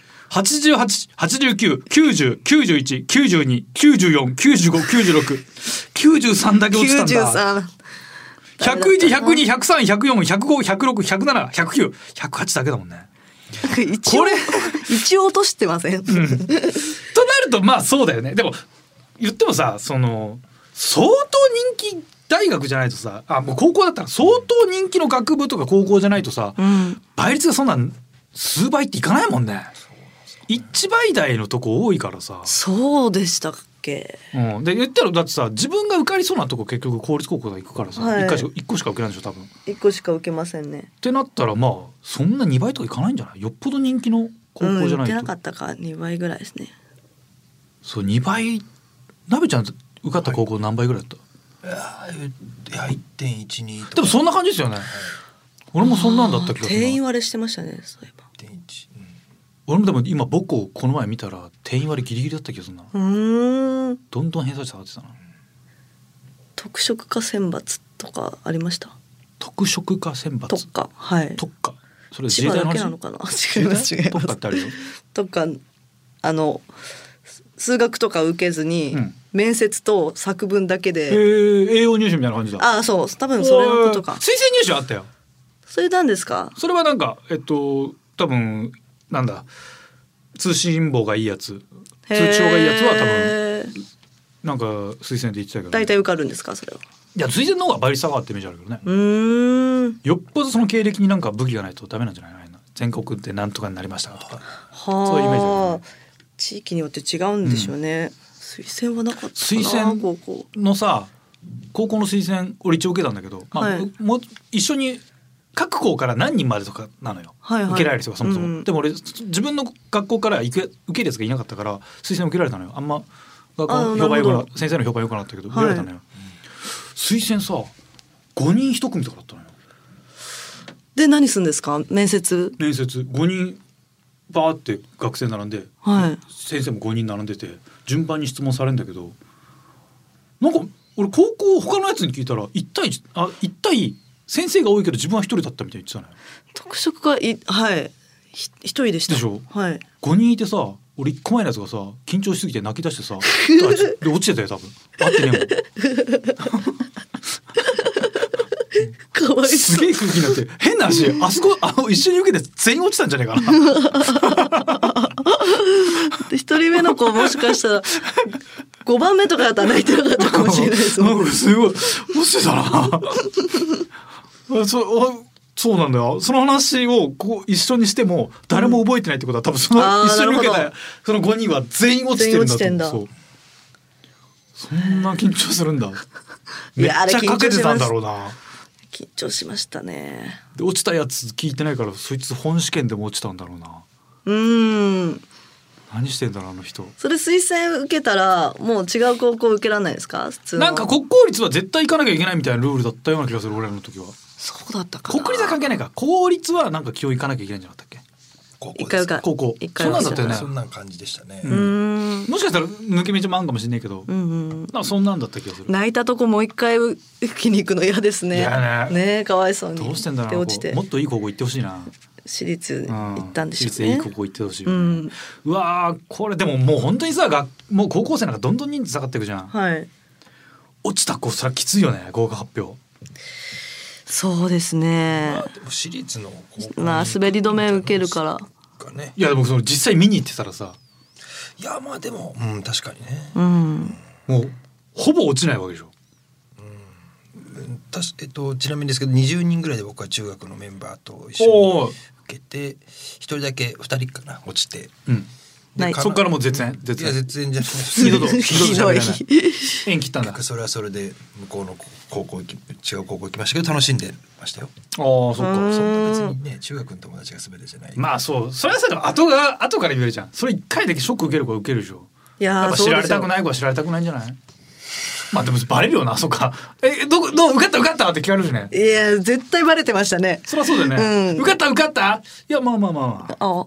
888990919294959693だけ落ちたんだ93 1011021021031401071091008だけだもんね。 一応これ一応落としてません、となるとまあそうだよねでも言ってもさその相当人気大学じゃないとさあもう高校だったら相当人気の学部とか高校じゃないとさ、うん倍率がそんな数倍っていかないもんね。一倍台のとこ多いからさ、そうでしたっけうん、で言ったらだってさ自分が受かりそうなとこ結局公立高校が行くからさ、はい一回しか一個しか受けないでしょ多分。っ一個しか受けませんねてなったらまあそんな2倍とかいかないんじゃないよっぽど人気の高校じゃうん、行なっいてと、なかったか2倍ぐらいですねそう2倍なべちゃん受かった高校何倍ぐらいだった、いやーいや一点一二とか。でもそんな感じですよね。俺もそんなんだった気がす店員るな。割れしてましたねそういえば一点一。俺もでも今母校この前見たら定員割りギリギリだった気がするな。うーんどんどん偏差値下がってたな。特色か選抜とかありました特色か選と抜。かはい特化。それ自千衛隊の葉だけ話なの。かな違い自衛ます違い隊ま特化っすてあるよ。とかあのす数学とか受けずに、うん面接と作文だけえで、ー、栄養入試みたいな感じだ。ああそう多分それのことおかー推薦入試はあったよ。それなんですかそれはなんかえっと多分なんだ通信簿がいいやつ通へー知表がいいやつは多分なんか推薦で言ってたけど、ね。大体受かるんですかそれはいや推薦の方が倍率下があってイメージあるけどね。うーんよっぽどその経歴になんか武器がないとダメなんじゃないの 全国でなんとかになりましたとかそういうイメージだはねあ地域によって違うんでしょうね、推薦はなかったかな推薦高校のさ高校の推薦俺一応受けたんだけど、まあはいもう一緒に各校から何人までとかなのよ、はいはい受けられる人がそもそも、うんでも俺自分の学校から行く受けるやつがいなかったから推薦受けられたのよあんま学校あのー評判良くななるほ先生の評判良くなかったけど受はいけられたのよ、推薦さ5人一組とかだったのよで何するんですか面接面接5人バーって学生並んではい先生も5人並んでて順番に質問されるんだけどなんか俺高校他のやつに聞いたら1対1あ一対先生が多いけど自分は1人だったみたいに言ってたね特色がいはいひ一人でしたでしょはい5人いてさ俺1個前のやつがさ緊張しすぎて泣き出してさあいつで落ちてたよ多分合ってねかわえもんいすそうげえ空気になって変な話あそこあの一緒に受けて全員落ちたんじゃねえかなで一人目の子もしかしたら5番目とかだったら泣いてなかったかもしれないですも なんんかすごい落ちてたな あそあそうなんだよその話をこう一緒にしても誰も覚えてないってことは多分そのあー一緒に受けなたるその5人は全員落ちてるんだと全員思落うそうそんな緊張するんだいめっちやゃあれかけてたんだろうな緊張しましたねで落ちたやつ聞いてないからそいつ本試験でも落ちたんだろうなうーん何してんだろうあの人それ推薦受けたらもう違う高校受けられないですか普通のなんか国公立は絶対行かなきゃいけないみたいなルールだったような気がする俺らの時はそうだったかな国立は関係ないか公立はなんか基本行かなきゃいけないんじゃなかったっけ高校です一回受か高校一回そんはなん落だちったたよそねんな感じでしたね。うーんもしかしたら抜け道もあんかもしれないけど、うなんんうんかそんなんだった気がする。泣いたとこもう一回受けに行くの嫌ですね。嫌ねねえかわいそうに。どうしてんだろうでな落ちてこうもっといい高校行ってほしいな。私立う行ったんでしょ私立うね。いい高校行ってほしいようね、んうわーこれでももう本当にさがもう高校生なんかどんどん人数下がっていくじゃん。はい。落ちた子それはきついよね合格発表。そうですね。でも私立の高校まあ滑り止め受けるから。かねいやでもその実際見に行ってたらさいやまあでもうん確かにねうん。もうほぼ落ちないわけでしょ。たしえっとちなみにですけど20人ぐらいで僕は中学のメンバーと一緒におー受けて一人だけ二人かな落ちてうん。でないかそっからもう絶縁絶いや縁。絶縁じゃない二 度と普通に二度と喋らないひ。縁切ったんだ。ああ結局それはそれで向こうの高校行き違う高校行きましたけど楽しんでましたよそっうかん。そんな別にね中学の友達が全てじゃないまあそうそれはさでも後が後から言えるじゃんそれ一回だけショック受ける子は受けるでしょいややっーぱ知られたくい。ない子は知られたくないんじゃないまあでもバレるよなそっかえどこどう受かった受かったって聞かれるしねいや絶対バレてましたね。そりゃそうだよね、うん受かった受かったいやまあまあまあまああ、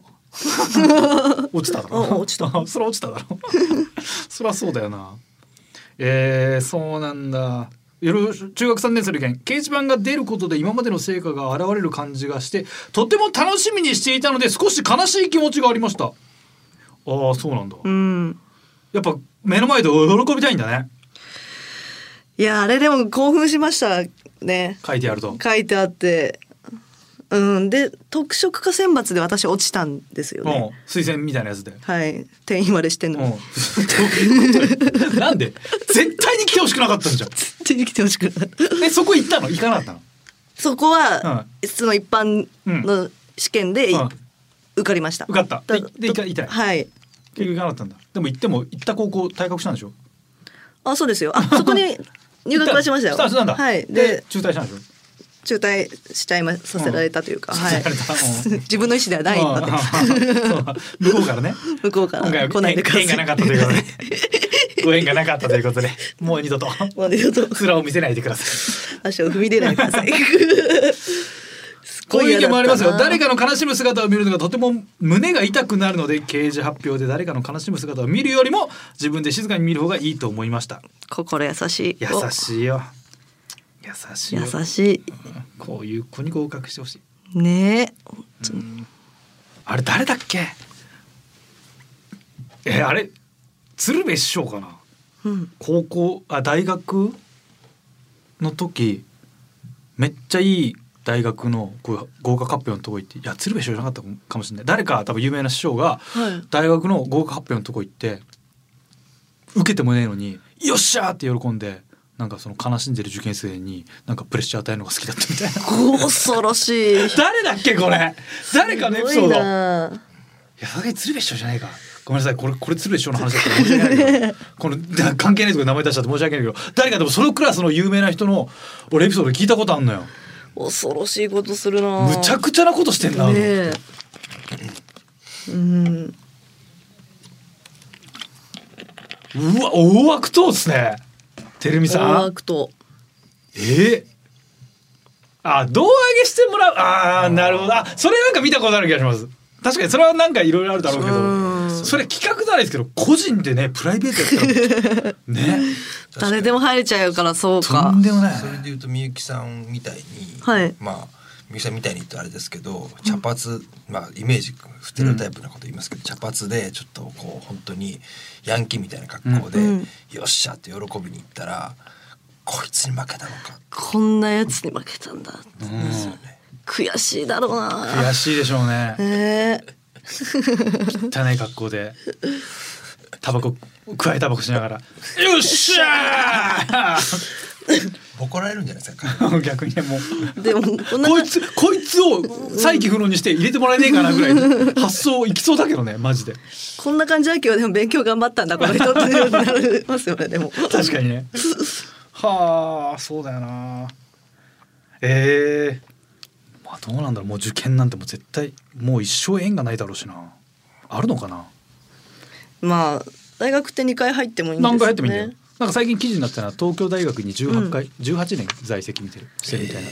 落ちただあろ落ちた そりゃ落ちただろそりゃそうだよなえー、そうなんだよろ中学3年生の意見掲示板が出ることで今までの成果が現れる感じがしてとても楽しみにしていたので少し悲しい気持ちがありましたああそうなんだ、うん。やっぱ目の前で喜びたいんだねいやあれでも興奮しましたね。書いてやると書いてあって。うん、で特色化選抜で私落ちたんですようんね。推薦みたいなやつで。はい、転院までしてんうんどのうに。いうことなん で絶対に来てほしくなかったんじゃん。ついてきてほしくない。えそこ行ったの行かなかったの。そこは、その一般うんの試験で、うん受かりました。受かっただででいかいたいはい。結局行かなかったんだ。でも行っても行った高校退学したんでしょ。あ、そうですよ。あ、そこ に入学はしましたよ。行ったそうなんだ。はい。でで、中退したんでしょ。中退しちゃいま、させられたというか、うん はい させられたうん。自分の意思ではないので、ああ そう向こうから ね。向こうか今回ら来ないでください。縁がなかったということで。ご縁がなかったという ことで、もう二度ともう二度と面を見せないでくださ い。足を踏み出ないでください。すっこごういう意見嫌だったもなありますよ。誰かの悲しむ姿を見るのがとても胸が痛くなるので、掲示発表で誰かの悲しむ姿を見るよりも自分で静かに見る方がいいと思いました。心優しい。優しいよ。優しいよ。優しこういう子に合格してほしい。い。ねあれ誰だっけ？えあれ鶴瓶師匠かな。え。うん。高校あ大学の時めっちゃいい大学のこう合格発表のとこ行っていや鶴瓶師匠じゃなかったかもしれない誰か多分有名な師匠がはい。大学の合格発表のとこ行って受けてもねえのに「よっしゃ!」って喜んでなんかその悲しんでる受験生になんかプレッシャー与えるのが好きだったみたい な恐ろしい。誰だっけこれ誰かのエピソードすごいいなやさすがに鶴瓶師匠じゃないかごめんなさいこれこれ鶴瓶師匠の話だったら申し訳ないけどこのな関係ないとこで名前出しちゃって申し訳ないけど誰かでもそのクラスの有名な人の俺エピソード聞いたことあんのよ恐ろしいことするな。むちゃくちゃなことしてんな、ねえ。うん。うわ大悪党ですねてるみさん大悪党。えー、あ胴上げしてもらうああなるほどあそれなんか見たことある気がします確かにそれはなんかいろいろあるだろうけうどんそれ企画じゃないですけど個人でねプライベートやったらね誰でも入れちゃうからそうとかん。でもないそれで言うとみゆきさんみたいに、はいまあみゆきさんみたいに言うとあれですけど茶髪、まあイメージステレオタイプなこと言いますけど、茶髪でちょっとこう本当にヤンキーみたいな格好で、うんよっしゃって喜びに行ったらこいつに負けたのかこんなやつに負けたんだ。ですよね。悔しいだろうな。悔しいでしょうねねえ。汚い格好でタバコ加えタバコしながら「よっしゃー!怒られるんじゃないですか」 逆にねもう。でもこんなこいつこいつを再起不能にして入れてもらえねえかなぐらいの発想いきそうだけどねマジでこんな感じだけどでも勉強頑張ったんだこの人ってなり ますよねでも。確かにねはあそうだよなえー、まあどうなんだろうもう受験なんてもう絶対もう一生縁がないだろうしなあるのかなまあ大学って二回入ってもいいんです何よね。回入ってもいいんだよなんか最近記事になったのは東京大学に18回、18年在籍見てるしてるみたいな、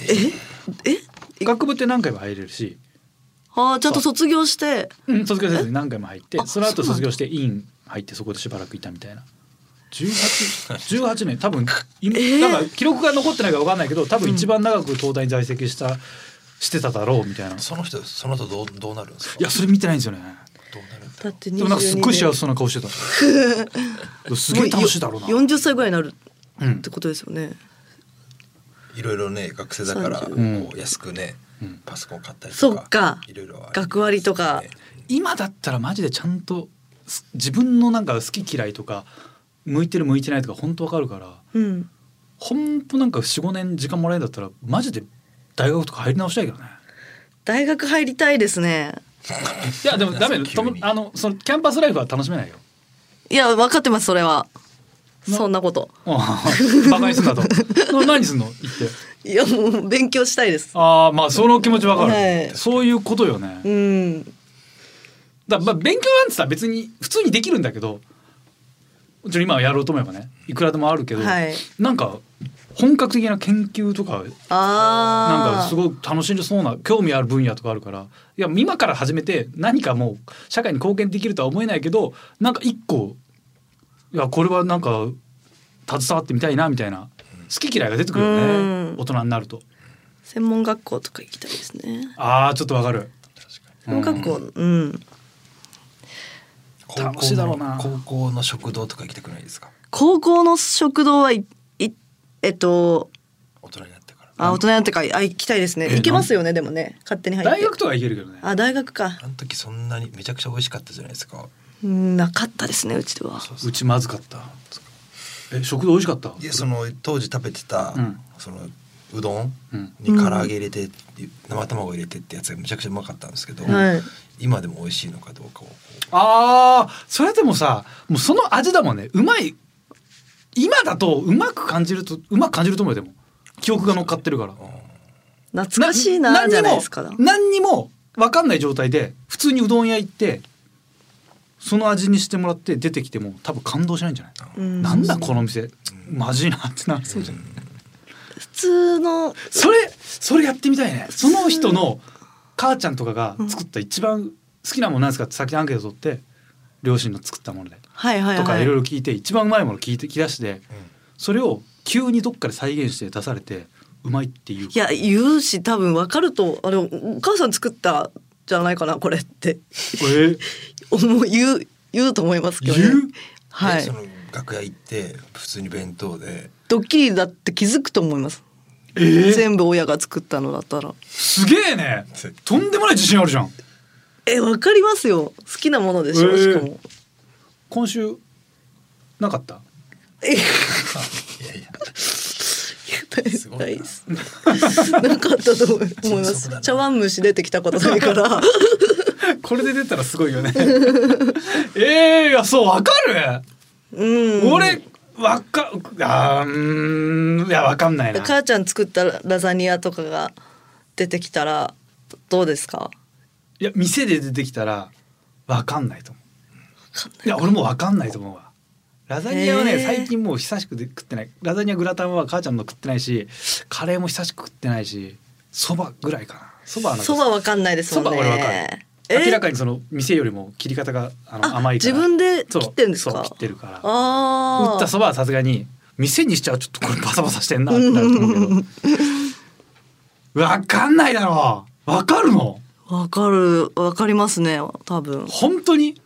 え？学部って何回も入れるし、ああちゃんと卒業して。うん、卒業生に何回も入ってあその後そうなんだ卒業して院入ってそこでしばらくいたみたいな。18, 18年多分、いなんか記録が残ってないか分かんないけど多分一番長く東大に在籍した、してただろうみたいな。いその人その後どうどうなるんですかやそれ見てないんですよね。どうなるんだろだうってでもなんかすっごい幸せせそうな顔して た。すげえ楽しいだろうな。四十歳ぐらいになるうんってことですよね。いろいろね学生だからこんう安くね、うんパソコン買ったりとそかっかいろいろありますね学割とか今だったらマジでちゃんとす自分のなんか好き嫌いとか向いてる向いてないとか本当わかるからうん。ほんとなんか45年時間もらえんだったらマジで大学とか入り直したいけどね大学入りたいですね。いやでもダメよ急にともあのそのキャンパスライフは楽しめないよいや分かってますそれは。なそんなこと。バカにすんだとな何すんの言っていやもう勉強したいです。ああまあその気持ちわかる、はいそういうことよね、うん。だまあ勉強なんてさ別に普通にできるんだけどもちろん今はやろうと思えばねいくらでもあるけど、はいなんか本格的な研究とかああ。なんかすい。ごい楽しんでそうな興味ある分野とかあるからいや今から始めて何かもう社会に貢献できるとは思えないけどなんか一個いやこれはなんか携わってみたいなみたいな好き嫌いが出てくるようんね大人になると専門学校とか行きたいですね。あーちょっとわかる専門学校うん。高校の楽しいだろうな高校の食堂とか行きたくないですか高校の食堂はいいえっと大人になってからあ大人になってからあ行きたいですね。え行けますよねでもね勝手に入って。大学とかいけるけどねあ大学か。あの時そんなにめちゃくちゃ美味しかったじゃないですかうんなかったですねうちでは。うちまずかったえ食堂美味しかったいやその当時食べてた、うんそのうどんうんに唐揚げ入れて、生卵入れてってやつがめちゃくちゃうまかったんですけど、はい今でも美味しいのかどうかをこうあーそれでもさもうその味だもんねうまい今だとうまく感じるとうまく感じると思うよでも記憶が乗っかってるから懐かしいな何じにゃもないですか。何にも分かんない状態で普通にうどん屋行ってその味にしてもらって出てきても多分感動しないんじゃない、うんなんだこの店まじいなってなるそうじゃん普通のそれそれやってみたいねその人の母ちゃんとかが作った一番好きなものなんですかって先にアンケート取って両親の作ったものではいはいはい。とかいろいろ聞いて一番うまいもの聞いて聞き出してんそれを急にどっかで再現して出されてうまいっていういや言うし多分わかるとあれお母さん作ったじゃないかなこれって えー思う言う言うと思いますけど、ね、言うはでいその楽屋行って普通に弁当でドッキリだって気づくと思います、えー全部親が作ったのだったらすげえねとんでもない自信あるじゃんえわかりますよ好きなものでしょ、えーしかも今週なかった いえやいや絶すごいな対ですなかったと思い思いま迅速 すだな茶碗蒸し出てきたことないから これで出たらすごい よねええいやそうわかるうん俺わかあーうーんいやわかんないな母ちゃん作ったラザニアとかが出てきたらどうですかわいや店で出てきたらわかんないと思うかんないいや俺もわかんないと思うわラザニアはね、へー最近もう久しくで食ってないラザニアグラタンは母ちゃんの食ってないしカレーも久しく食ってないしそばぐらいかなそばはなんかそばわかんないですもんねそば俺わかるえ明らかにその店よりも切り方があのあ甘いから自分でそう切ってんですかそう切ってるからああ打ったそばはさすがに店にしちゃうちょっとこれバサバサしてんなってなると思うけ どわかんないだろうわかるのわかるわかりますね多分本当に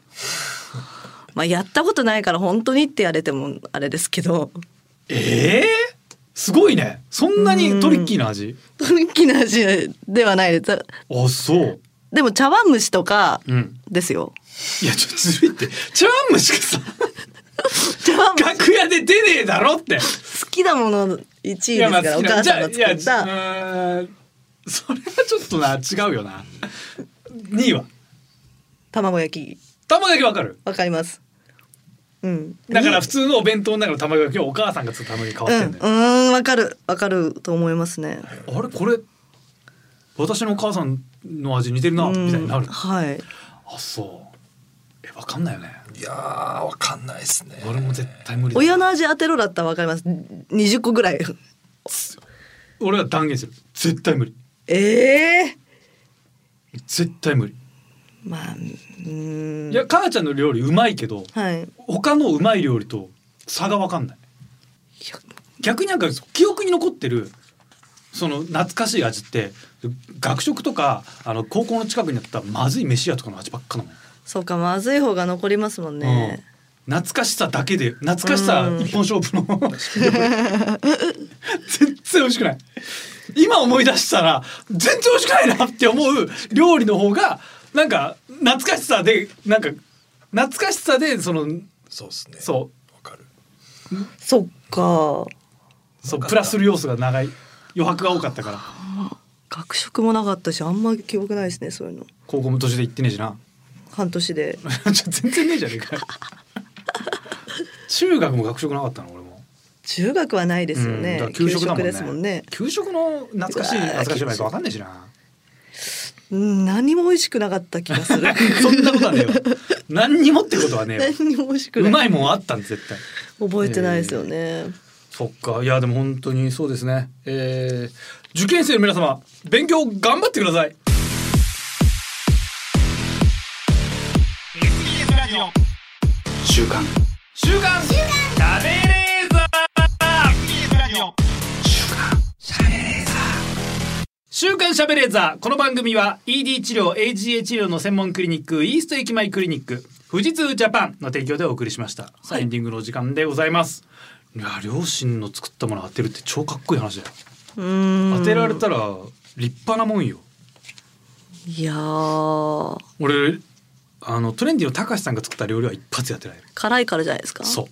まあやったことないから本当にってやれてもあれですけどええすごいねそんなにトリッキーな味トリッキーな味ではないですあそうでも茶碗蒸しとかうんですよ、いやちょっとずるいって茶碗蒸しがさ茶碗蒸し楽屋で出ねえだろって好きなもの1位ですから、お母さんがじゃあ作っいたやうーんそれはちょっとな違うよな2位は卵焼き卵焼きわかるわかりますうんだからに普通のお弁当の中の卵焼きはお母さんが作った卵焼き変わってんだよう、んうんわかるわかると思いますねあれこれ私のお母さんの味似てるなみたいになうんるはいあそうえわかんないよねいやーわかんないですね俺も絶対無理だ親の味当てろだったらわかります20個ぐらい俺は断言する絶対無理ええ絶対無理まあうーんいや母ちゃんの料理うまいけどはいい他のうまい料理と差が分かんないや逆になんか記憶に残ってるその懐かしい味って学食とかあの高校の近くにあったまずい飯屋とかの味ばっかなの、そうかまずい方が残りますもんね、うん懐かしさだけで懐かしさうん一本勝負の 全然美味しくない今思い出したら全然美味しくないなって思う料理の方がなんか懐かしさでなんか懐かしさでそのそうですね。う。そうわかる。そっかよかそうったプラスする要素が長い余白が多かった から学食もなかったしあんま記憶ないですねそういうの高校も年で行ってねえしな 半年でちょ全然ねえじゃねえ かよ中学も学食なかったの俺も中学はないですようんだねから給給食だもん食ねですもんね給食の懐かしいうわー懐かしいないか分かんないし なうん何も美味しくなかった気がする そんなことはねえわ何にもってことは ねえわ何にも美味しくないうまいもんあったん絶対覚えてないですよね、そっかいやでも本当にそうですねえー、受験生の皆様勉強頑張ってください SBS ラジオ週刊週刊食べレーザー SBS ラジオ週刊しゃべれーザーこの番組は ED 治療 AGA 治療の専門クリニックイースト駅前クリニック富士通ジャパンの提供でお送りしました、さあエンディングのお時間でございますいや両親の作ったもの当てるって超かっこいい話だようん当てられたら立派なもんよいやー俺あのトレンディのたかしさんが作った料理は一発やってられる辛いからじゃないですかそう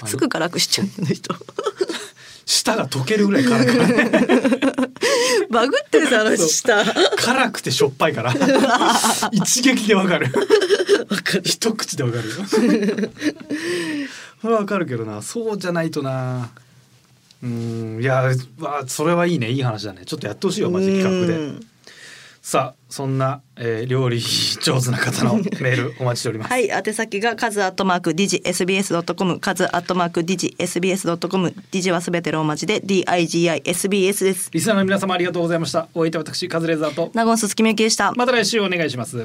あのすぐ辛くしちゃうよね人 舌が溶けるぐらい辛いからねバグってるさ話したわ辛くてしょっぱい から一撃でわかるかる一口でわかるよ それはわかるけどなそうじゃないとなうんいやわあそれはいいねいい話だねちょっとやってほしいよマジで企画でうんさあそんな、えー料理上手な方 のメールお待ちしております、はい、宛先がカズアットマーク digisbs.com、カズアットマーク digisbs.com、dig はすべてローマ字で digisbs です。リスナーの皆様ありがとうございましたお相手は私カズレーザーと名古屋鈴木みゆきでした。また来週お願いします